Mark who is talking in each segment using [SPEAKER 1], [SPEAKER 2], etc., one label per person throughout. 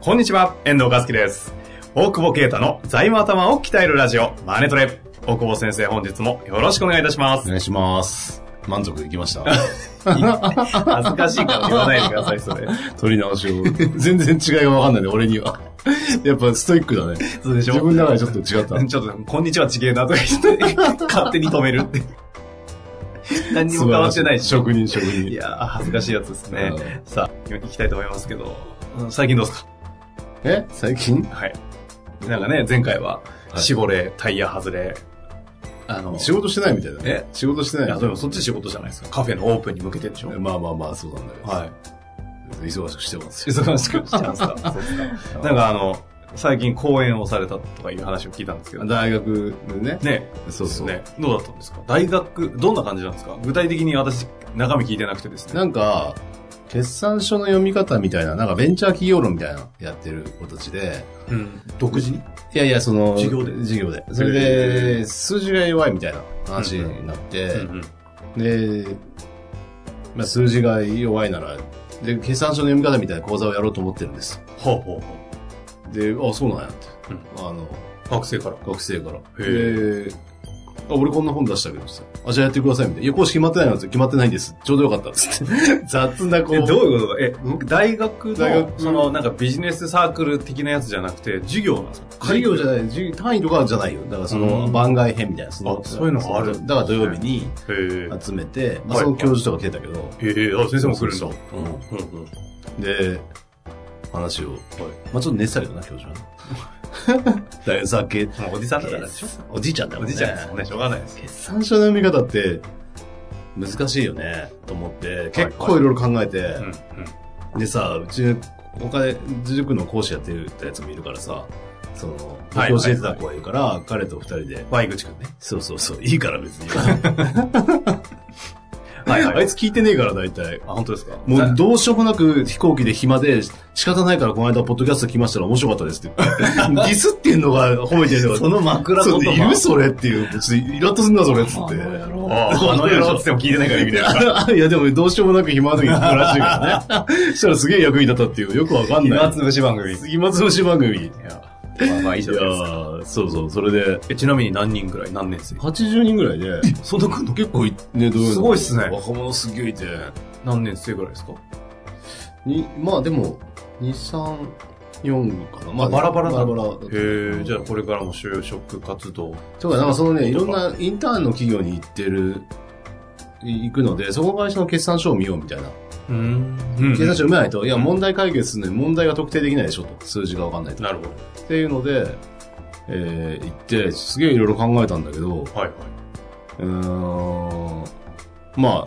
[SPEAKER 1] こんにちは、遠藤和樹です。大久保啓太の財務頭を鍛えるラジオ、マネトレ。大久保先生、本日もよろしくお願いいたしま
[SPEAKER 2] お
[SPEAKER 1] す。
[SPEAKER 2] 願いします。満足でき ました
[SPEAKER 1] 恥ずかしいから言わないでください、それ。
[SPEAKER 2] 取り直 しを。全然違いがわかんないね、俺には。やっぱストイックだね。
[SPEAKER 1] そうでしょ
[SPEAKER 2] 自分の中でちょっと違っ た。
[SPEAKER 1] ちょっと、こんにちは、ちげえなとか言 って、勝手に止めるって。何にも変わってないし。
[SPEAKER 2] 職人、職人。
[SPEAKER 1] いやー、恥ずかしいやつですね
[SPEAKER 2] うん。
[SPEAKER 1] さあ、行きたいと思いますけど、うん最近どうですか
[SPEAKER 2] え最近
[SPEAKER 1] はい。なんかね、前回は、
[SPEAKER 2] はい
[SPEAKER 1] 絞れ、タイヤ外れ、あの、
[SPEAKER 2] 仕事してないみたいだね
[SPEAKER 1] え。
[SPEAKER 2] 仕事してないい
[SPEAKER 1] や、。でもそっち仕事じゃないですか。カフェのオープンに向けてでしょ
[SPEAKER 2] まあまあまあ、そうなんだけど。
[SPEAKER 1] はい。
[SPEAKER 2] 忙しくしてますよ。
[SPEAKER 1] 忙しくしちゃうんですか。なんかあの、最近講演をされたとかいう話を聞いたんですけど。ね。
[SPEAKER 2] 大学でね。そうそう。
[SPEAKER 1] ね。どうだったんですか大学、どんな感じなんですか具体的に私、中身聞いてなくてですね。
[SPEAKER 2] なんか、決算書の読み方みたいな、なんかベンチャー企業論みたいなのやってる子たちで、
[SPEAKER 1] うん。独自に
[SPEAKER 2] いやいや、その、
[SPEAKER 1] 授業で
[SPEAKER 2] 授業で。それで、数字が弱いみたいな話になって、
[SPEAKER 1] うん
[SPEAKER 2] で、まあ、数字が弱いなら、で、計算書の読み方みたいな講座をやろうと思ってるんです。
[SPEAKER 1] ほうほうほ
[SPEAKER 2] で、あ、そうなんやって。
[SPEAKER 1] うん
[SPEAKER 2] あの、
[SPEAKER 1] う。学生から。
[SPEAKER 2] 学生から。
[SPEAKER 1] へ
[SPEAKER 2] で、あ、俺こんな本出したけどさ、あ、じゃあやってくださいみたいな。いや、講師決まってないのって決まってないんです。 ちょうどよかったっつって。雑なこ
[SPEAKER 1] え、
[SPEAKER 2] う。
[SPEAKER 1] どういうことだえ、
[SPEAKER 2] ん
[SPEAKER 1] 大学
[SPEAKER 2] 大
[SPEAKER 1] の、
[SPEAKER 2] 学
[SPEAKER 1] その、なんかビジネスサークル的なやつじゃなくて、授業なんですか
[SPEAKER 2] 授業じゃ
[SPEAKER 1] い。
[SPEAKER 2] ない、授業単位とかじゃないよ。だからその
[SPEAKER 1] うん
[SPEAKER 2] 番外編みたいな。その
[SPEAKER 1] あそういうのがある
[SPEAKER 2] だから土曜日に
[SPEAKER 1] へー
[SPEAKER 2] 集めて、ま
[SPEAKER 1] は
[SPEAKER 2] あ
[SPEAKER 1] い
[SPEAKER 2] その教授とか来てたけど、
[SPEAKER 1] へえ、あ、先生も来るんだ
[SPEAKER 2] そう。そううん
[SPEAKER 1] うんうん
[SPEAKER 2] で、話を、まあちょっと熱されるな、教授はね。 だよ、酒。
[SPEAKER 1] もうおじさんだからでしょ
[SPEAKER 2] おじいちゃんだも
[SPEAKER 1] お
[SPEAKER 2] んね。
[SPEAKER 1] じいちゃんですもんね。しょうがないです。
[SPEAKER 2] 決算書の読み方って、難しいよね、と思って、結構いろいろ考えて、
[SPEAKER 1] うんうん。
[SPEAKER 2] でさ、うち、他で塾の講師やってるやつもいるからさ、その、
[SPEAKER 1] はい
[SPEAKER 2] 教えてた子がいるから、彼と二人で、
[SPEAKER 1] Y 口くんね。
[SPEAKER 2] そうそうそう、いいから別に。
[SPEAKER 1] はいはい
[SPEAKER 2] あいつ聞いてねえから、大体。
[SPEAKER 1] あ、本当ですか
[SPEAKER 2] もうどうしようもなく飛行機で暇で仕方ないからこの間ポッドキャスト来ましたら面白かったです って言って。ディスってんのが褒めてるのが。
[SPEAKER 1] その枕
[SPEAKER 2] そう
[SPEAKER 1] 言葉
[SPEAKER 2] いるそれっていう。ちょっとイラッとすんなそれっつって。
[SPEAKER 1] ああ、あの野郎っつっても聞いてないから意味ないから。
[SPEAKER 2] いやでもどうしようもなく暇な時に来たらしいからね。そしたらすげえ役に立ったっていう。よくわかんない。
[SPEAKER 1] 暇つぶし番組。い
[SPEAKER 2] 暇つぶし番組。い
[SPEAKER 1] や、まあまあ以上
[SPEAKER 2] や
[SPEAKER 1] です。
[SPEAKER 2] ーそうそう、それで。
[SPEAKER 1] えちなみに何人ぐらい何年生
[SPEAKER 2] 80人ぐらいで、
[SPEAKER 1] そんな来んの
[SPEAKER 2] 結構いね、どういうの
[SPEAKER 1] すごいっすね
[SPEAKER 2] 若者すげえいて。
[SPEAKER 1] 何年生ぐらいですか
[SPEAKER 2] に、まあでも、2、3、4かな。まあ、
[SPEAKER 1] バラバラ
[SPEAKER 2] バ
[SPEAKER 1] だ
[SPEAKER 2] ラバラだった。
[SPEAKER 1] へえ、じゃあこれからも就職活動。
[SPEAKER 2] とか、なんかそのね、いろんなインターンの企業に行ってる、い行くので、そこの会社の決算書を見ようみたいな。
[SPEAKER 1] うーん。うん
[SPEAKER 2] 決算書読めないと、いや、問題解決するのに問題が特定できないでしょと。数字がわかんないと。
[SPEAKER 1] なるほど。
[SPEAKER 2] っていうので、えー、行って、すげえいろいろ考えたんだけ
[SPEAKER 1] は
[SPEAKER 2] ど、
[SPEAKER 1] いは
[SPEAKER 2] うーん、まあ、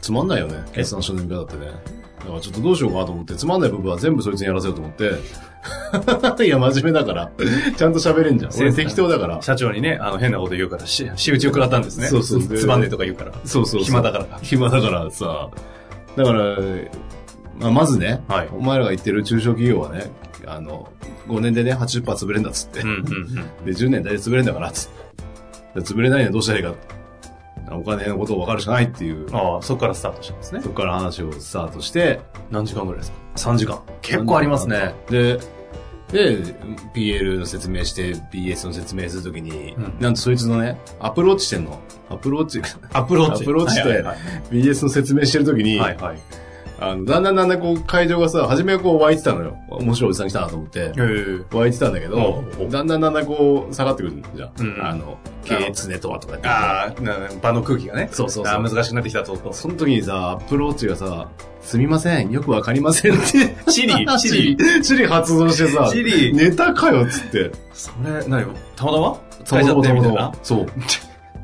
[SPEAKER 2] つまんないよね。決算書の読み方ってね。だからちょっとどうしようかなと思って、つまんない部分は全部そいつにやらせようと思って。い や、真面目だから。ちゃんと喋れんじゃん。俺適当だから
[SPEAKER 1] い。。社長にね、あの変なこと言うから、し仕打ちを食らったんですね。
[SPEAKER 2] そうそうそう
[SPEAKER 1] つばんねとか言うから。
[SPEAKER 2] そうそうそう。
[SPEAKER 1] 暇だからか。
[SPEAKER 2] 暇だからさ、だから、まあ、まずね、
[SPEAKER 1] はい
[SPEAKER 2] お前らが言ってる中小企業はね、あの、5年でね、80%潰れんだっつって、
[SPEAKER 1] うんうん
[SPEAKER 2] で、10年大体潰れんだからっつって、で潰れないにはどうしたらいいか、お金のことを分かるしかないっていう
[SPEAKER 1] うん。、ああ、そこからスタートしたんですね。
[SPEAKER 2] そこから話をスタートして、
[SPEAKER 1] 何時間ぐらいですか
[SPEAKER 2] 3時間。
[SPEAKER 1] 結構ありますね。
[SPEAKER 2] で、で、PL の説明して、BS の説明するときに、
[SPEAKER 1] うん
[SPEAKER 2] なんとそいつのね、アプローチしてんの。アプローチ、
[SPEAKER 1] アプローチ。
[SPEAKER 2] アプローチで
[SPEAKER 1] はいはい
[SPEAKER 2] BS の説明してるときに、
[SPEAKER 1] はいはい。
[SPEAKER 2] あの、だんだんだんだんこう会場がさ、初めはこう湧いてたのよ。面白いおじさん来たなと思って。
[SPEAKER 1] へえ。
[SPEAKER 2] 湧いてたんだけど
[SPEAKER 1] おうおう、
[SPEAKER 2] だんだんだんだんこう下がってくるじゃん。
[SPEAKER 1] うん
[SPEAKER 2] あの、経営常とはとか言って
[SPEAKER 1] ああ、な場の空気がね。
[SPEAKER 2] そうそうそう
[SPEAKER 1] ああ難しくなってきたと。
[SPEAKER 2] その時にさ、アプローチがさ、すみません、よくわかりませ んって。
[SPEAKER 1] チリ、チリ。、
[SPEAKER 2] チリ発動してさ、
[SPEAKER 1] チリ
[SPEAKER 2] ネタかよっつって。
[SPEAKER 1] それ、何よたまたま
[SPEAKER 2] そ
[SPEAKER 1] 変
[SPEAKER 2] う
[SPEAKER 1] えちゃってみたいな。
[SPEAKER 2] そう。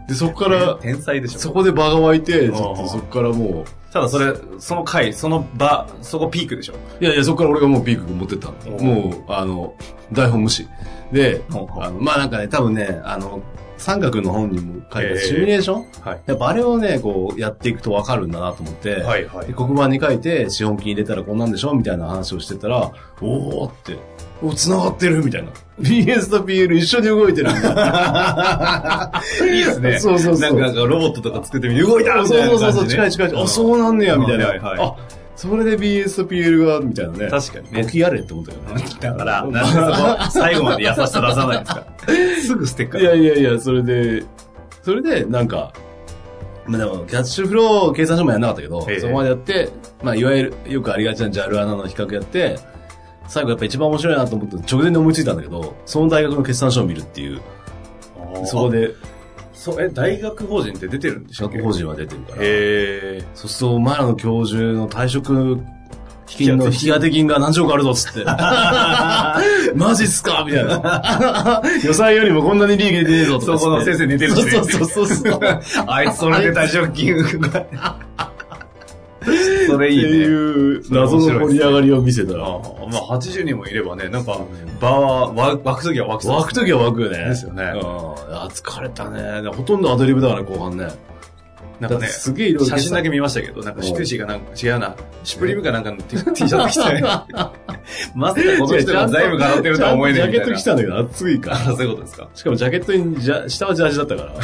[SPEAKER 2] で、そこから、
[SPEAKER 1] 天才でしょ。
[SPEAKER 2] そこで場が湧いて、ち
[SPEAKER 1] ん
[SPEAKER 2] ょっとそこからも
[SPEAKER 1] ただそれ、その回、その場、そこピークでしょ。
[SPEAKER 2] う、いやいや、そこから俺がもうピーク持ってったの
[SPEAKER 1] お
[SPEAKER 2] もう、あの、台本無視。で、
[SPEAKER 1] ほうほう
[SPEAKER 2] あの、まあなんかね、多分ね、あの、三角の本にも書い
[SPEAKER 1] ええ
[SPEAKER 2] てあるシミュレーション、
[SPEAKER 1] はい。
[SPEAKER 2] やっぱあれをね、こう、やっていくとわかるんだなと思って、
[SPEAKER 1] はいは
[SPEAKER 2] で
[SPEAKER 1] い。
[SPEAKER 2] 黒板に書いて、資本金入れたらこんなんでしょみたいな話をしてたら、おーって、お、繋がってるみたいな。BS と PL 一緒に動いてるみたいな。
[SPEAKER 1] いいですね。
[SPEAKER 2] そうそうそ
[SPEAKER 1] な
[SPEAKER 2] う
[SPEAKER 1] んか、なんかロボットとか作ってみて、動いたみ
[SPEAKER 2] そ
[SPEAKER 1] た
[SPEAKER 2] う
[SPEAKER 1] い
[SPEAKER 2] そ
[SPEAKER 1] な
[SPEAKER 2] う
[SPEAKER 1] 感じ、ね。
[SPEAKER 2] そうそう、近い近い近い。あ、
[SPEAKER 1] う
[SPEAKER 2] そうなんねや、みたいな。
[SPEAKER 1] はいはい
[SPEAKER 2] あ、それで BS と PL が、みたいなね。
[SPEAKER 1] ん。確かに
[SPEAKER 2] 起
[SPEAKER 1] ね。
[SPEAKER 2] きやれって思ったよね。
[SPEAKER 1] だから、なんでそこ最後まで優しさ出さないんですか。 すぐ捨てっか
[SPEAKER 2] い
[SPEAKER 1] ら。
[SPEAKER 2] やいやいや、それで、それで、なんか、まあでも、キャッシュフロー計算書もやんなかったけど、
[SPEAKER 1] ええ
[SPEAKER 2] そこまでやって、まあ、いわゆる、よくありがちなジャル穴の比較やって、最後やっぱ一番面白いなと思って、直前で思いついたんだけど、その大学の決算書を見るっていう、そこ
[SPEAKER 1] で。
[SPEAKER 2] で、
[SPEAKER 1] そう、え、大学法人って出てるんでし
[SPEAKER 2] 社
[SPEAKER 1] ょ
[SPEAKER 2] 交法人は出てるから、
[SPEAKER 1] へえ。
[SPEAKER 2] そうすると、前の教授の退職金の引き当て金が何兆個あるぞっつ って。マジっすかみたいな。予算よりもこんなに利益出てねえぞとか
[SPEAKER 1] そ
[SPEAKER 2] っつって。
[SPEAKER 1] この先生寝てるしね
[SPEAKER 2] そうそうそうそう。
[SPEAKER 1] あいつそれで退職金が。それいい
[SPEAKER 2] って
[SPEAKER 1] ね。
[SPEAKER 2] いう謎の盛り上がりを見せた
[SPEAKER 1] あ
[SPEAKER 2] ら。
[SPEAKER 1] ーまあ、80人もいればね、なんか、場は、わ湧くときは湧く
[SPEAKER 2] 湧くときは湧くよね。
[SPEAKER 1] ですよね
[SPEAKER 2] うん。あ疲れたね。ほとんどアドリブだから後半ね。
[SPEAKER 1] なんか
[SPEAKER 2] だって
[SPEAKER 1] ね、
[SPEAKER 2] すげえ色々
[SPEAKER 1] 写真だけ見ましたけど、なんか、宿士がなんか違うな、シュプリームかなんかの T, T シャツ着 て、まさかこの人が財務がってるとは思えないみ
[SPEAKER 2] ジャ
[SPEAKER 1] たい
[SPEAKER 2] ケッ
[SPEAKER 1] な。
[SPEAKER 2] ト着たんだけど、暑いか
[SPEAKER 1] あ
[SPEAKER 2] ら。
[SPEAKER 1] そういうことですか。
[SPEAKER 2] しかもジャケットにジャ、下はジャージだった から。うん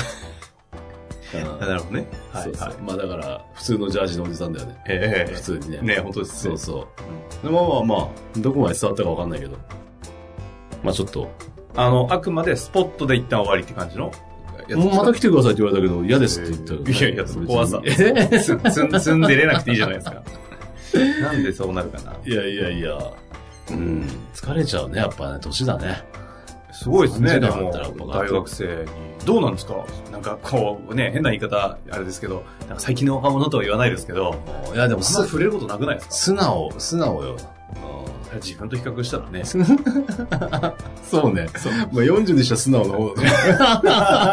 [SPEAKER 1] なるほどね。は
[SPEAKER 2] そ
[SPEAKER 1] い、
[SPEAKER 2] うそう
[SPEAKER 1] はい。
[SPEAKER 2] まあだから、普通のジャージのおじさんだよね。
[SPEAKER 1] え
[SPEAKER 2] 普通にね。
[SPEAKER 1] え。ね本当です
[SPEAKER 2] そ
[SPEAKER 1] ね
[SPEAKER 2] う。そう。まあまあまあ、どこまで伝わったかわかんないけど。まあちょっと、
[SPEAKER 1] あの、あくまでスポットで一旦終わりって感じのやつ
[SPEAKER 2] もうまた来てくださいって言われたけど、嫌ですって言った
[SPEAKER 1] いやいやそこはさ
[SPEAKER 2] 別にえ
[SPEAKER 1] すすん住んでれなくていいじゃないですか。なんでそうなるかな。
[SPEAKER 2] いやいやいや。うん。疲れちゃうね、やっぱね、年だね。
[SPEAKER 1] すごいですね、
[SPEAKER 2] 30
[SPEAKER 1] で
[SPEAKER 2] 代だ
[SPEAKER 1] も
[SPEAKER 2] ったら僕、は
[SPEAKER 1] 大学生に。どうなんですかなんかこう、ね、変な言い方、あれですけど、なんか最近の若者とは言わないですけど、
[SPEAKER 2] いや、で
[SPEAKER 1] あん
[SPEAKER 2] も
[SPEAKER 1] ま
[SPEAKER 2] す、
[SPEAKER 1] 触れることなくないですか
[SPEAKER 2] 素直、素直よ。
[SPEAKER 1] 自分と比較したら ね。
[SPEAKER 2] そうね。まあ40でしたら素直な 方だね。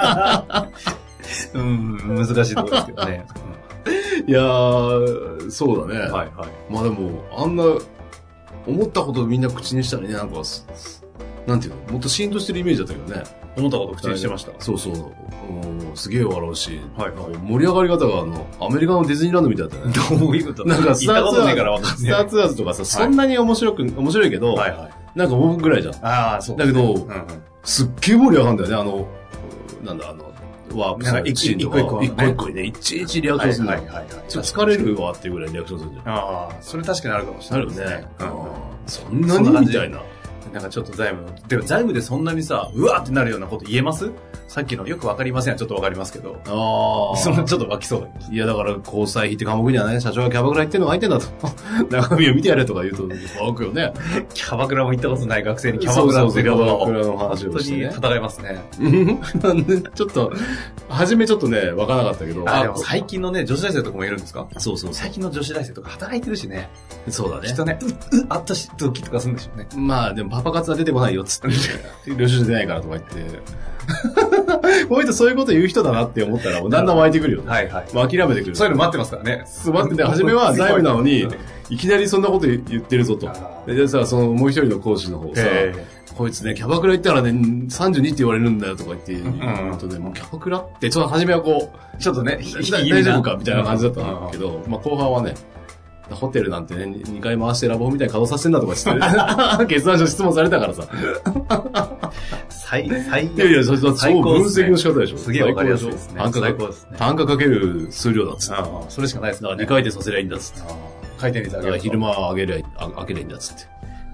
[SPEAKER 1] うん、難しいところですけどね。
[SPEAKER 2] いやー、そうだね。
[SPEAKER 1] はいはい。
[SPEAKER 2] まあでも、あんな、思ったことをみんな口にしたらね、なんかす、すなんていうの、もっと浸透してるイメージだったけどね。
[SPEAKER 1] 思ったこと口にしてました。
[SPEAKER 2] そうそう。うんすげえ笑うし、
[SPEAKER 1] はい
[SPEAKER 2] なん
[SPEAKER 1] は
[SPEAKER 2] か盛り上がり方があの、アメリカのディズニーランドみたいだっ たね。
[SPEAKER 1] い。どういうこと
[SPEAKER 2] なんかス
[SPEAKER 1] 行
[SPEAKER 2] タ
[SPEAKER 1] った
[SPEAKER 2] ー
[SPEAKER 1] こ
[SPEAKER 2] ツ
[SPEAKER 1] と
[SPEAKER 2] ア
[SPEAKER 1] ないからわ
[SPEAKER 2] ー
[SPEAKER 1] かん
[SPEAKER 2] ズ、ス
[SPEAKER 1] な
[SPEAKER 2] タ
[SPEAKER 1] い。
[SPEAKER 2] ーツアーズとかさ、そんなに面白く、面白いけど、
[SPEAKER 1] はいはい。
[SPEAKER 2] なんか僕ぐらいじゃん。
[SPEAKER 1] ああ、そう。
[SPEAKER 2] だけど
[SPEAKER 1] うんうん、
[SPEAKER 2] すっげえ盛り上がるんだよね、あの、うんなんだ、あの、ワープさ
[SPEAKER 1] なんか
[SPEAKER 2] シーンとか、
[SPEAKER 1] 一個一個
[SPEAKER 2] 一個一個にね、いちいちリアクションするんだよ。
[SPEAKER 1] はいはい
[SPEAKER 2] ちょっと疲れるわっていうぐらいリアクションするんじゃん。
[SPEAKER 1] ああ、それ確かにあるかもし
[SPEAKER 2] な
[SPEAKER 1] れな
[SPEAKER 2] る
[SPEAKER 1] い
[SPEAKER 2] よ
[SPEAKER 1] です
[SPEAKER 2] ね
[SPEAKER 1] ね。。うん
[SPEAKER 2] そんなにみたいな。
[SPEAKER 1] なんかちょっと財務の、でも財務でそんなにさ、うわーってなるようなこと言えますさっきのよくわかりませんはちょっとわかりますけど、
[SPEAKER 2] ああ。
[SPEAKER 1] そのちょっと湧きそうだけど。
[SPEAKER 2] いや、だから、交際費って科目にはね、社長がキャバクラ行ってんのが入ってんだと。 中身を見てやれとか言うと、湧くよね。
[SPEAKER 1] キャバクラも行ったことない学生にキャバクラって言う
[SPEAKER 2] そうそうそうキャバクラ
[SPEAKER 1] と、
[SPEAKER 2] の話
[SPEAKER 1] 本当
[SPEAKER 2] をして
[SPEAKER 1] に
[SPEAKER 2] ね。
[SPEAKER 1] 戦いますね。
[SPEAKER 2] なんでちょっと、初めちょっとね、わからなかったけど。
[SPEAKER 1] あでも最近のね、女子大生とかもいるんですか
[SPEAKER 2] そうそうそ
[SPEAKER 1] 最近の女子大生とか働いてるしね。
[SPEAKER 2] う。そうだ
[SPEAKER 1] き
[SPEAKER 2] ね
[SPEAKER 1] っ。とね、う、う、あったし、ドキとかするんでしょうね。
[SPEAKER 2] まあ、でもパパ活は出て こないよっつって、領収書出ないからとか言って。こういう人そういうこと言う人だなって思ったら、だんだん湧いてくるよね。
[SPEAKER 1] はいはい。
[SPEAKER 2] まあ、諦めてくる。
[SPEAKER 1] そういうの待ってますからね。
[SPEAKER 2] そう待ってて、初めは財務なのに
[SPEAKER 1] うん、
[SPEAKER 2] いきなりそんなこと言ってるぞと
[SPEAKER 1] あ。ー
[SPEAKER 2] で、さ、そのもう一人の講師の方さ、
[SPEAKER 1] え
[SPEAKER 2] こいつね、キャバクラ行ったらね、32って言われるんだよとか言って、
[SPEAKER 1] ん
[SPEAKER 2] 言うとね、もうキャバクラって、ちょっと初めはこう、
[SPEAKER 1] えちょっとね、ひひ
[SPEAKER 2] 大丈夫かみたいな感じだったんだけど、まあ後半はね、ホテルなんてね、2回回してラボみたいに稼働させてんだとかして、 決断書質問されたからさ。
[SPEAKER 1] 最、最、
[SPEAKER 2] いやいや、そそ超
[SPEAKER 1] 最
[SPEAKER 2] 分
[SPEAKER 1] 高ですね
[SPEAKER 2] 析の仕方でしょ。
[SPEAKER 1] すげえわかりやすいですね。
[SPEAKER 2] 単価
[SPEAKER 1] 最
[SPEAKER 2] か
[SPEAKER 1] 高ですね。
[SPEAKER 2] 単価かける数量だっつって。だか
[SPEAKER 1] ああ、それしかないです
[SPEAKER 2] ら2回転させりゃいいんだっつって。
[SPEAKER 1] 回転率上げ
[SPEAKER 2] だから
[SPEAKER 1] る。
[SPEAKER 2] 昼間は上げりゃいい、あ開けりゃいいんだっつって。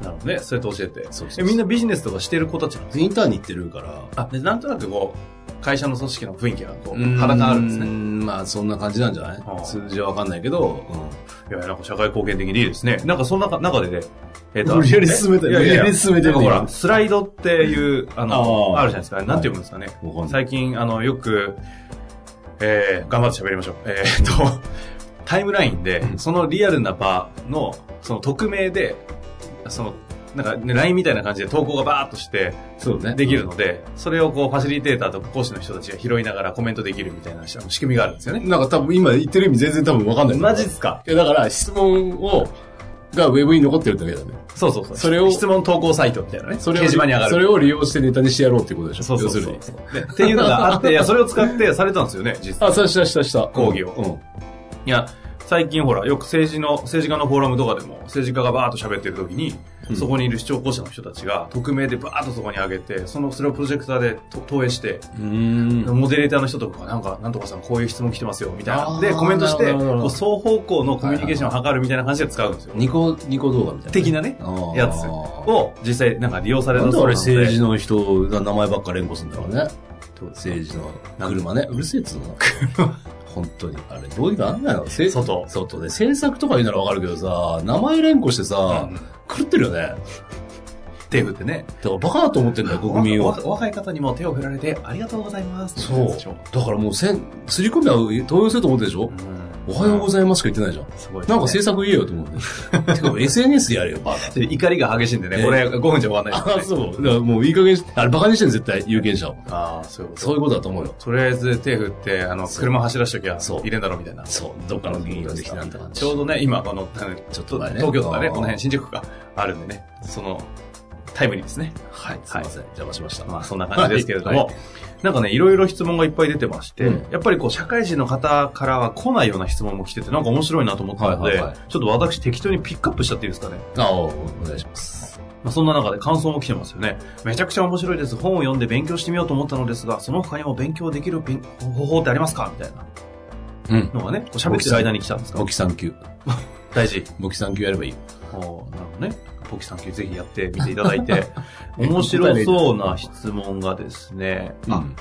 [SPEAKER 1] なるほどね。それと教えて。
[SPEAKER 2] そうそうそ
[SPEAKER 1] え、
[SPEAKER 2] う
[SPEAKER 1] みんなビジネスとかしてる子たちなんです
[SPEAKER 2] インターンに行ってるから、
[SPEAKER 1] かあ、で、なんとなくこう、会社の組織の雰囲気がこ
[SPEAKER 2] う
[SPEAKER 1] う、
[SPEAKER 2] ん
[SPEAKER 1] 肌感あるんですね。。
[SPEAKER 2] まあそんな感じなんじゃな
[SPEAKER 1] ああ
[SPEAKER 2] い数字はわかんないけど、
[SPEAKER 1] いや、なんか社会貢献的にいいですね。なんかその中中でね、えっ
[SPEAKER 2] 無理やり進めた
[SPEAKER 1] い
[SPEAKER 2] よ
[SPEAKER 1] やいやいや
[SPEAKER 2] 無理やり進めてる
[SPEAKER 1] なんかほら、
[SPEAKER 2] 今
[SPEAKER 1] スライドっていう、あの、
[SPEAKER 2] あ
[SPEAKER 1] あ
[SPEAKER 2] あ
[SPEAKER 1] るじゃないですか。なんて読むんですかね。
[SPEAKER 2] うん。わかんない。
[SPEAKER 1] 最近、あの、よく、えー、頑張って喋りましょう。えー、っと、 タイムラインで、そのリアルな場の、その匿名で、その、なんか、ね、LINE みたいな感じで投稿がバーっとして、
[SPEAKER 2] そうね
[SPEAKER 1] できるので、それをこう、ファシリテーターと講師の人たちが拾いながらコメントできるみたいな仕組みがあるんですよね。
[SPEAKER 2] なんか多分今言ってる意味全然多分わかんない。
[SPEAKER 1] マジっすか
[SPEAKER 2] いやだから質問を、がウェブに残ってるだけだね。
[SPEAKER 1] そうそうそう。
[SPEAKER 2] それを
[SPEAKER 1] 質問投稿サイトみたいなね。
[SPEAKER 2] それ
[SPEAKER 1] 掲
[SPEAKER 2] を、
[SPEAKER 1] 示板に上がる。
[SPEAKER 2] それを利用してネタにしてやろうっていうことでしょ。
[SPEAKER 1] そうそうそう
[SPEAKER 2] 要するに。
[SPEAKER 1] でっていうのがあって、いや、それを使ってされたんですよね、実際。
[SPEAKER 2] あ、そうしたしたした。
[SPEAKER 1] 講義を
[SPEAKER 2] うん。
[SPEAKER 1] いや、最近ほら、よく政治の、政治家のフォーラムとかでも、政治家がバーッと喋ってる時に、
[SPEAKER 2] うん
[SPEAKER 1] そこにいる視聴者の人たちが、匿名でバーッとそこに上げて、その、それをプロジェクターでと投影して、
[SPEAKER 2] うん。
[SPEAKER 1] モデレーターの人とかが、なんか、なんとかさん、こういう質問来てますよ、みたい
[SPEAKER 2] あ
[SPEAKER 1] な。
[SPEAKER 2] ー
[SPEAKER 1] で、コメントして、
[SPEAKER 2] なるほどなる
[SPEAKER 1] こう
[SPEAKER 2] ほど
[SPEAKER 1] 双方向のコミュニケーションを図るみたいな感じで使うんですよ。
[SPEAKER 2] ニコ、ニコ動画みたいな。
[SPEAKER 1] 的なね、
[SPEAKER 2] あー
[SPEAKER 1] やつを、実際なんか利用され
[SPEAKER 2] な
[SPEAKER 1] た
[SPEAKER 2] んで
[SPEAKER 1] そう
[SPEAKER 2] 俺
[SPEAKER 1] なので。
[SPEAKER 2] 政治の人が名前ばっか連呼するんだろうね。
[SPEAKER 1] 治。
[SPEAKER 2] 政治の車ね。うるせえっつうの。本当に。あれ、どうにかなんないのせ
[SPEAKER 1] 外
[SPEAKER 2] 外で。政策とか言うならわかるけどさ、名前連呼してさ、
[SPEAKER 1] うん
[SPEAKER 2] 狂ってるよね。だか
[SPEAKER 1] 手振ってね。
[SPEAKER 2] らバカだと思ってんだよ、国民
[SPEAKER 1] お
[SPEAKER 2] を。
[SPEAKER 1] 若お若い方にも手を振られて、ありがとうございます。
[SPEAKER 2] そう。だからもうせん、すり込みは登用せると思ってるでしょ、
[SPEAKER 1] ん
[SPEAKER 2] おはようございますしか言ってないじゃん。
[SPEAKER 1] すごいですね。
[SPEAKER 2] なんか政策言えよと思うね。 てか SNS やれよ、バカ。
[SPEAKER 1] で怒りが激しいんでね、
[SPEAKER 2] ええ
[SPEAKER 1] これ5分じゃ終わんない
[SPEAKER 2] あ
[SPEAKER 1] で、す
[SPEAKER 2] そ
[SPEAKER 1] よね。
[SPEAKER 2] う。だからもういい加減しあれバカにしてんの絶対、有権者を。
[SPEAKER 1] ああ、そういうこ
[SPEAKER 2] そういうことだと思うよ。
[SPEAKER 1] とりあえず手振って、あの、
[SPEAKER 2] そう
[SPEAKER 1] 車走らしときゃ
[SPEAKER 2] そう
[SPEAKER 1] 入れんだろうみたいな。
[SPEAKER 2] そう、どっかの議員ができてなんだかんだ
[SPEAKER 1] ちょうどね、今、この、あの
[SPEAKER 2] ちょっと前ね
[SPEAKER 1] 東京とかね、
[SPEAKER 2] あー
[SPEAKER 1] この辺、新宿区があるんでね、その、タイムリーですね。
[SPEAKER 2] はい、すいません。邪魔しました。
[SPEAKER 1] まあ、そんな感じですけれども、
[SPEAKER 2] は
[SPEAKER 1] なんかね、いろいろ質問がいっぱい出てまして、
[SPEAKER 2] うん
[SPEAKER 1] やっぱりこう、社会人の方からは来ないような質問も来てて、なんか面白いなと思ったので、
[SPEAKER 2] はいはいはい
[SPEAKER 1] ちょっと私適当にピックアップしちゃっていいですかね。
[SPEAKER 2] あお願いします。
[SPEAKER 1] まあ、そんな中で感想も来てますよね。めちゃくちゃ面白いです。本を読んで勉強してみようと思ったのですが、その他にも勉強できるべん方法ってありますかみたいな
[SPEAKER 2] うん。
[SPEAKER 1] のがね、こう喋ってる間に来たんですか
[SPEAKER 2] 簿記3級。
[SPEAKER 1] 大事。
[SPEAKER 2] 簿記3級やればいい。
[SPEAKER 1] おーなるほどね。ポキさん級ぜひやってみていただい て、面白そうな質問がですね、あ、
[SPEAKER 2] ん。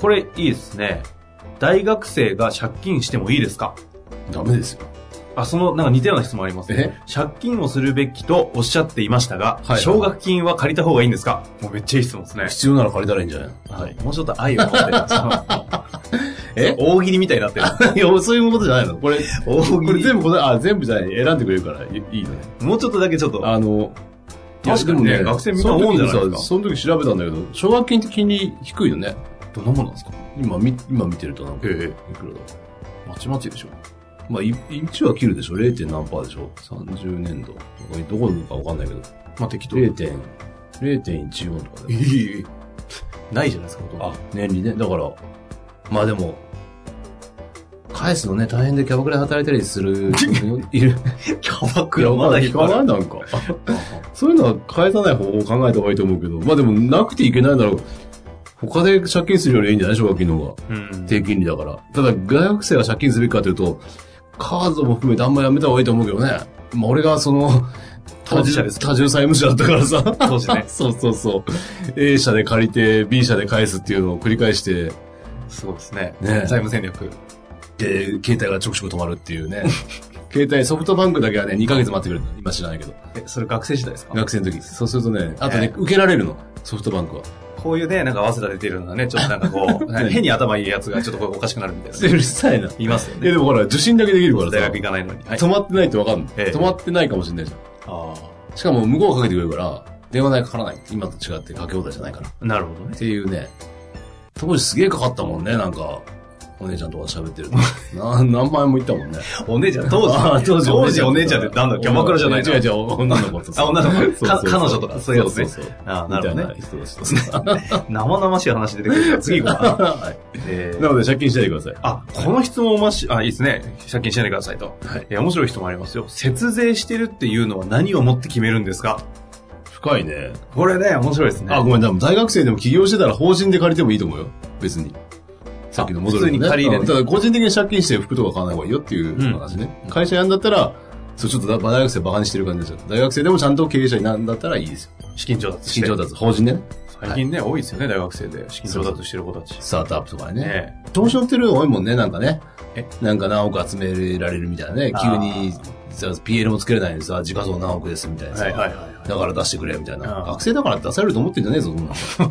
[SPEAKER 1] これいいですね。大学生が借金してもいいですか
[SPEAKER 2] ダメですよ。
[SPEAKER 1] あ、その、なんか似たような質問ありますね
[SPEAKER 2] え。
[SPEAKER 1] 借金をするべきとおっしゃっていましたが、
[SPEAKER 2] いはい
[SPEAKER 1] 奨学金は借りた方がいいんですかもうめっちゃいい質問ですね。
[SPEAKER 2] 必要なら借りたらいいんじゃない
[SPEAKER 1] はい、もうちょっと愛を持ってる。
[SPEAKER 2] え
[SPEAKER 1] え大喜利みたいになってる。
[SPEAKER 2] いや、そういうことじゃないの。これ、
[SPEAKER 1] 大喜利
[SPEAKER 2] これ全部これ、あ、全部じゃない。選んでくれるから、いいいのね。
[SPEAKER 1] もうちょっとだけちょっと。
[SPEAKER 2] あの、
[SPEAKER 1] 確かにね
[SPEAKER 2] いやでも
[SPEAKER 1] 学生みんな思うんじゃないですか
[SPEAKER 2] その時にさその時調べたんだけど、奨学金って金利低いよね。
[SPEAKER 1] どんなもんなんですか
[SPEAKER 2] 今、み今見てるとなんか、い
[SPEAKER 1] え
[SPEAKER 2] くらだ
[SPEAKER 1] え、まちまちでしょ。
[SPEAKER 2] まあ、い1は切るでしょ ?0. 何パーでしょ ?30 年度。どこのかわかんないけど。
[SPEAKER 1] まあ適当。
[SPEAKER 2] 0. 点0.14とかで。
[SPEAKER 1] えないじゃないですか、ほとん
[SPEAKER 2] あ
[SPEAKER 1] ど、
[SPEAKER 2] 年利ね。だから、まあでも、返すのね、大変でキャバクラで働いたりする、いる。
[SPEAKER 1] キャバ
[SPEAKER 2] い
[SPEAKER 1] ク
[SPEAKER 2] や、
[SPEAKER 1] ラ
[SPEAKER 2] ま
[SPEAKER 1] ま
[SPEAKER 2] だ
[SPEAKER 1] だ
[SPEAKER 2] 引
[SPEAKER 1] 引っ
[SPEAKER 2] か
[SPEAKER 1] 張
[SPEAKER 2] ない
[SPEAKER 1] る。
[SPEAKER 2] なんか。 そういうのは返さない方法を考えた方がいいと思うけど、まあでもなくていけないなら、他で借金するよりいいんじゃない奨学金の方が。
[SPEAKER 1] うん
[SPEAKER 2] 低金利だから。ただ、外学生が借金すべきかというと、カードも含めてあんまやめた方がいいと思うけどね。まあ俺がその、
[SPEAKER 1] 当事者です
[SPEAKER 2] 多重多重債務者だったからさ。
[SPEAKER 1] 当時ね
[SPEAKER 2] そうそうそう。A 社で借りて、B 社で返すっていうのを繰り返して、
[SPEAKER 1] すごいです ね。
[SPEAKER 2] ね
[SPEAKER 1] 財務戦略。
[SPEAKER 2] で、携帯がちょくちょく止まるっていう ね。携帯、ソフトバンクだけはね、2ヶ月待ってくれる。今知らないけど。
[SPEAKER 1] え、それ学生時代ですか
[SPEAKER 2] 学生の時。そうするとね、あと
[SPEAKER 1] え
[SPEAKER 2] ね、
[SPEAKER 1] え
[SPEAKER 2] 受けられるの。ソフトバンクは。
[SPEAKER 1] こういうね、なんか早稲田出てるのがね、ちょっとなんかこ う、変に頭いいやつがちょっとこうおかしくなるみたいな
[SPEAKER 2] う
[SPEAKER 1] ね。
[SPEAKER 2] るさいな。
[SPEAKER 1] いますよ
[SPEAKER 2] え、
[SPEAKER 1] ね。
[SPEAKER 2] でもほら、受信だけできるから
[SPEAKER 1] 大
[SPEAKER 2] さ
[SPEAKER 1] 学行、かないのに。はい。
[SPEAKER 2] 止まってないってわかんない。
[SPEAKER 1] ええ
[SPEAKER 2] 止まってないかもしれないじゃん。
[SPEAKER 1] あ
[SPEAKER 2] しかも向こうがかけてくるから、電話代かからない。今と違ってかけ放題じゃないから。っ
[SPEAKER 1] あ、なるほどね。
[SPEAKER 2] ていうね。当時すげえかかったもんね、なんか。お姉ちゃんとか喋ってる と。な何万円もいったもんね。
[SPEAKER 1] お姉ちゃん、当
[SPEAKER 2] あー
[SPEAKER 1] 時、当時お姉ちゃんってなんだ、キャバクラじゃないの
[SPEAKER 2] 違う違う、女の子と
[SPEAKER 1] あ女の子
[SPEAKER 2] そうそうそう
[SPEAKER 1] か彼女とかそういうやつね
[SPEAKER 2] そうそうそう
[SPEAKER 1] ああ、なるほどね
[SPEAKER 2] み。たいな人たちとか
[SPEAKER 1] 生々しい話出てくるから、次行こうか
[SPEAKER 2] はい
[SPEAKER 1] な。えー
[SPEAKER 2] なので借金しないでください。
[SPEAKER 1] あ、この質問まし、あ、いいですね。借金しないでくださいと。
[SPEAKER 2] はい
[SPEAKER 1] いや、面白い質問ありますよ。節税してるっていうのは何をもって決めるんですか
[SPEAKER 2] 深いね。
[SPEAKER 1] これね、面白いですね。
[SPEAKER 2] あ、ごめん、多分大学生でも起業してたら法人で借りてもいいと思うよ。別に。さっきの戻
[SPEAKER 1] 普
[SPEAKER 2] る、ね、
[SPEAKER 1] 通に借り入れて
[SPEAKER 2] ただ個人的に借金して服とか買わない方がいいよっていう話ね。会社やんだったら、そう、ちょっとだ大学生バカにしてる感じですよ。大学生でもちゃんと経営者になんだったらいいですよ。
[SPEAKER 1] 資金調達
[SPEAKER 2] 資
[SPEAKER 1] して。
[SPEAKER 2] 金調達、法人ね。
[SPEAKER 1] 最近ね、多いですよね、大学生で。資金調達してる子たち。
[SPEAKER 2] スタートアップとかね。
[SPEAKER 1] ね
[SPEAKER 2] 投資のってる多いもんね、なんかね。
[SPEAKER 1] え
[SPEAKER 2] なんか何億集められるみたいなね。
[SPEAKER 1] あ
[SPEAKER 2] 急
[SPEAKER 1] ー
[SPEAKER 2] に、さ PL もつけれないのにさ、時価総何億ですみたいなさ。
[SPEAKER 1] はい。
[SPEAKER 2] だから出してくれ、みたいな。
[SPEAKER 1] うん
[SPEAKER 2] 学生だからって出されると思ってんじゃねえぞ、そんな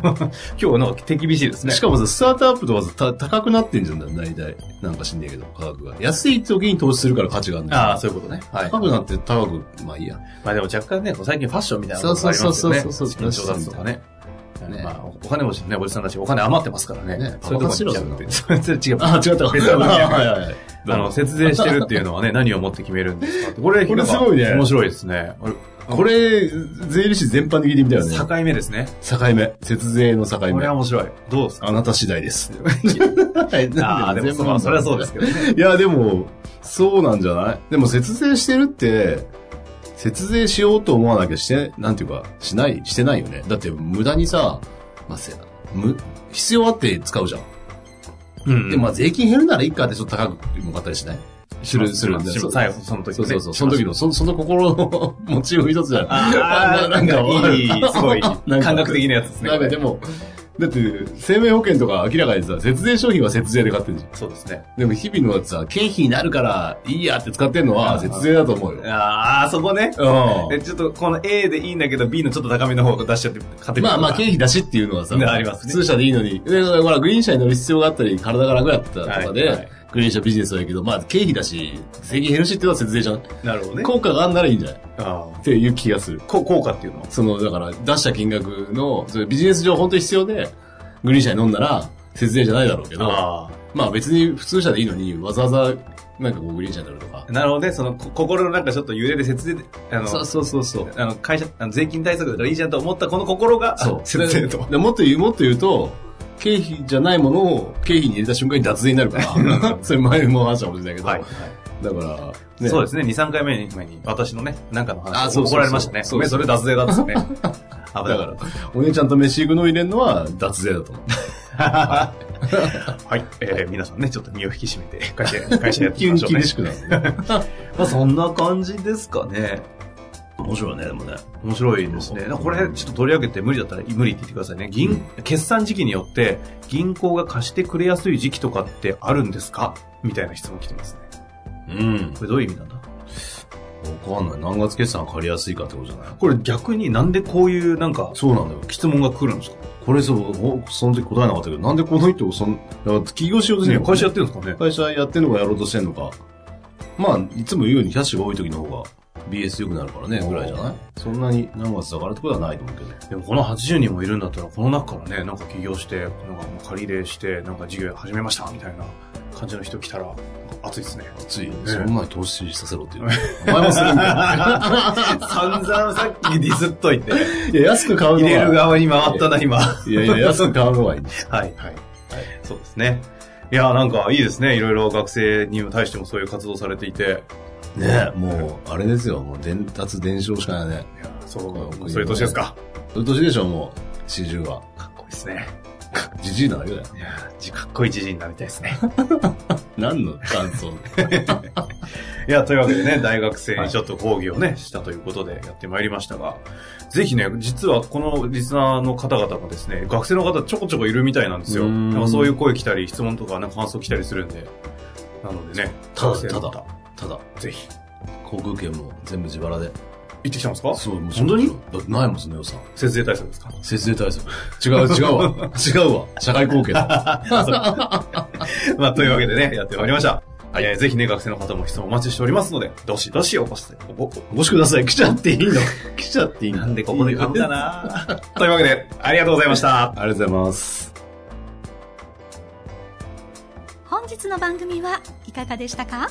[SPEAKER 1] 今
[SPEAKER 2] の
[SPEAKER 1] 日はなんか手厳しいですね。
[SPEAKER 2] しかもさ、スタートアップとかさ、た高くなってんじゃん、大体。なんか知んねえけど、価格が。安い時に投資するから価値があるんだよ。
[SPEAKER 1] ああ、そういうことね。はい。
[SPEAKER 2] 高くなって高く、まあいいや。
[SPEAKER 1] まあでも若干ね、こう最近ファッションみたいなことがありますよね。
[SPEAKER 2] そうそうそうそう
[SPEAKER 1] 資金調達とかね。
[SPEAKER 2] ね
[SPEAKER 1] まあ、おお金持ちのね、おじさんたちお金余ってますからね。
[SPEAKER 2] ね
[SPEAKER 1] そういうとこに行っちゃうっていう。 それ違う。
[SPEAKER 2] ああ、違った。
[SPEAKER 1] 別 の分野
[SPEAKER 2] はいはいはい。
[SPEAKER 1] あの、節税してるっていうのはね、 何を持って決めるんですかって。これ、
[SPEAKER 2] これすごいね
[SPEAKER 1] 面白いですね。これ
[SPEAKER 2] これ、税理士全般的に見たよね。
[SPEAKER 1] 境目ですね。
[SPEAKER 2] 境目。節税の境
[SPEAKER 1] これ
[SPEAKER 2] 目
[SPEAKER 1] は。面白い。どうですか
[SPEAKER 2] あなた次 第です。はい
[SPEAKER 1] ああ、 でもそ、まあ、それはそうです。けどね。
[SPEAKER 2] いや、でも、そうなんじゃないでも、節税してるって、節税しようと思わなきゃして、なんていうか、しない、してないよね。だって、無駄にさ、まあ、せむ、必要あって使うじゃん。
[SPEAKER 1] うん
[SPEAKER 2] で、まあ、税金減るならいいかってちょっと高く儲かったりしないする、するんだよ
[SPEAKER 1] そう最後、その時ね
[SPEAKER 2] そうそうそう。その時の、その、その心の持ちよう一つじゃん。
[SPEAKER 1] あ あ、なんかいい、すごい、感覚的なやつですね。
[SPEAKER 2] なんかでも、だって、生命保険とか明らかにさ、節税商品は節税で買ってるじゃん。
[SPEAKER 1] そうですね。
[SPEAKER 2] でも日々のさ、経費になるからいいやって使ってんの
[SPEAKER 1] あ
[SPEAKER 2] は
[SPEAKER 1] ー
[SPEAKER 2] 節税だと思うよ。
[SPEAKER 1] ああ、そこね。
[SPEAKER 2] う
[SPEAKER 1] でちょっとこの A でいいんだけど B のちょっと高めの方を出しちゃって勝てる
[SPEAKER 2] ん。まあまあ経費出しっていうのはさ、
[SPEAKER 1] ねあります
[SPEAKER 2] 普
[SPEAKER 1] ね
[SPEAKER 2] 通車でいいのに。で、ほら、グリーン車に乗る必要があったり、体が楽だったとかで、
[SPEAKER 1] はいはい
[SPEAKER 2] グリーン車ビジネスはやけど、まあ経費だし、税金減るしっていうのは節税じゃん。
[SPEAKER 1] なるほどね。
[SPEAKER 2] 効果があんならいいんじゃないっ
[SPEAKER 1] あ
[SPEAKER 2] ていう気がする。
[SPEAKER 1] ーこ効果っていうのは。
[SPEAKER 2] その、だから、出した金額の、それビジネス上本当に必要で、グリーン車に乗んなら、節税じゃないだろうけど、
[SPEAKER 1] あ
[SPEAKER 2] まあ別に普通車でいいのに、わざわざ、なんかこうグリーン車になるとか
[SPEAKER 1] あ。。なるほどね。そのこ心のなんかちょっと揺れで節税、あの、
[SPEAKER 2] そうそうそうそう。
[SPEAKER 1] あの会社あの税金対策だからいいじゃんと思ったこの心が
[SPEAKER 2] そう。
[SPEAKER 1] 節税と。
[SPEAKER 2] でもっと言う、もっと言うと、経費じゃないものを経費に入れた瞬間に脱税になる から。それ前も話したかもしれないけど。
[SPEAKER 1] はい。
[SPEAKER 2] だから、
[SPEAKER 1] そう
[SPEAKER 2] で
[SPEAKER 1] ですね。2、3回目に、前に私のね、なんかの話
[SPEAKER 2] あそうそうそう
[SPEAKER 1] 怒られましたね。
[SPEAKER 2] そう
[SPEAKER 1] ごめんそれ脱税だっつってね。 危な
[SPEAKER 2] だ
[SPEAKER 1] い
[SPEAKER 2] から、お姉ちゃんと飯行くのを入れるのは脱税だ と思う。
[SPEAKER 1] はい。えー皆さんね、ちょっと身を引き締めて、会 社、会社やっていきましょうね
[SPEAKER 2] 厳。しくなる、ね。
[SPEAKER 1] まあそんな感じですかね。
[SPEAKER 2] 面白いね、でもね。
[SPEAKER 1] 面白いですね。なんかこれ、ちょっと取り上げて無理だったら無理って言ってくださいね。銀、決算時期によって、銀行が貸してくれやすい時期とかってあるんですかみたいな質問来てますね。
[SPEAKER 2] うん。
[SPEAKER 1] これどういう意味なんだ
[SPEAKER 2] わかんない。何月決算借りやすいかってことじゃない
[SPEAKER 1] これ逆になんでこういうなんか、
[SPEAKER 2] そうなんだよ。
[SPEAKER 1] 質問が来るんですか
[SPEAKER 2] これそう、ほその時答えなかったけど、なんでこの人をそん、だから起業しようとして
[SPEAKER 1] ね
[SPEAKER 2] るのか
[SPEAKER 1] 会社やってるんですかね
[SPEAKER 2] 会社やってんのかやろうとしてんのか。まあ、いつも言うようにキャッシュが多い時の方が BS 良くなるからね、ぐらいじゃないそんなに何月だからってことはないと思うけど。
[SPEAKER 1] でもこの80人もいるんだったら、この中からね、なんか起業して、なんかもう借り入れして、なんか事業始めましたみたいな感じの人来たら、熱いですね。
[SPEAKER 2] つい、
[SPEAKER 1] え
[SPEAKER 2] その前に投資させろっていう。お前もするんだ
[SPEAKER 1] 散々さっきディスっと いて、
[SPEAKER 2] よ。 いや、安く買うのは。
[SPEAKER 1] 入れる側に回ったな、今。
[SPEAKER 2] いやい や、安く買うのはいいんです。
[SPEAKER 1] はい。はい。そうですね。いや、なんかいいですね。いろいろ学生に対してもそういう活動されていて。
[SPEAKER 2] ねもう、あれですよ。もう伝達伝承しかないね。
[SPEAKER 1] いや、そう、
[SPEAKER 2] かっこいいね
[SPEAKER 1] そういう年ですか。
[SPEAKER 2] そういう年でしょ、もう。四十は。
[SPEAKER 1] かっこいいですね。
[SPEAKER 2] じじいなだけだよ。
[SPEAKER 1] いや、じかっこいいじじいになりたいですね。
[SPEAKER 2] 何の感想
[SPEAKER 1] いや、というわけでね、大学生にちょっと講義をね、したということでやってまいりましたが、ぜひね、実はこのリスナーの方々もですね、学生の方ちょこちょこいるみたいなんですよ。
[SPEAKER 2] うーん
[SPEAKER 1] なんかそういう声来たり、質問とか、ね、感想来たりするんで。なのでね、
[SPEAKER 2] ただ
[SPEAKER 1] 学生の方
[SPEAKER 2] たただ、
[SPEAKER 1] ぜひ。
[SPEAKER 2] 航空券も全部自腹で。
[SPEAKER 1] 行ってきたんですか
[SPEAKER 2] そう、も
[SPEAKER 1] 本当に
[SPEAKER 2] だってないもん、その予算。
[SPEAKER 1] 節税対策ですか
[SPEAKER 2] 節税対策。違う、違う わ。違うわ。社会貢献 だ。
[SPEAKER 1] まあ、というわけでね、やってまいりました。はい、えーぜひね、学生の方も質問お待ちしておりますので、どしどしお越し、お、お、
[SPEAKER 2] お越しください。来ちゃっていいの。来ちゃっていいの。
[SPEAKER 1] なんでここで買うんだ
[SPEAKER 2] な。
[SPEAKER 1] な というわけで、ありがとうございました。
[SPEAKER 2] ありがとうございます。
[SPEAKER 3] 本日の番組はいかがでしたか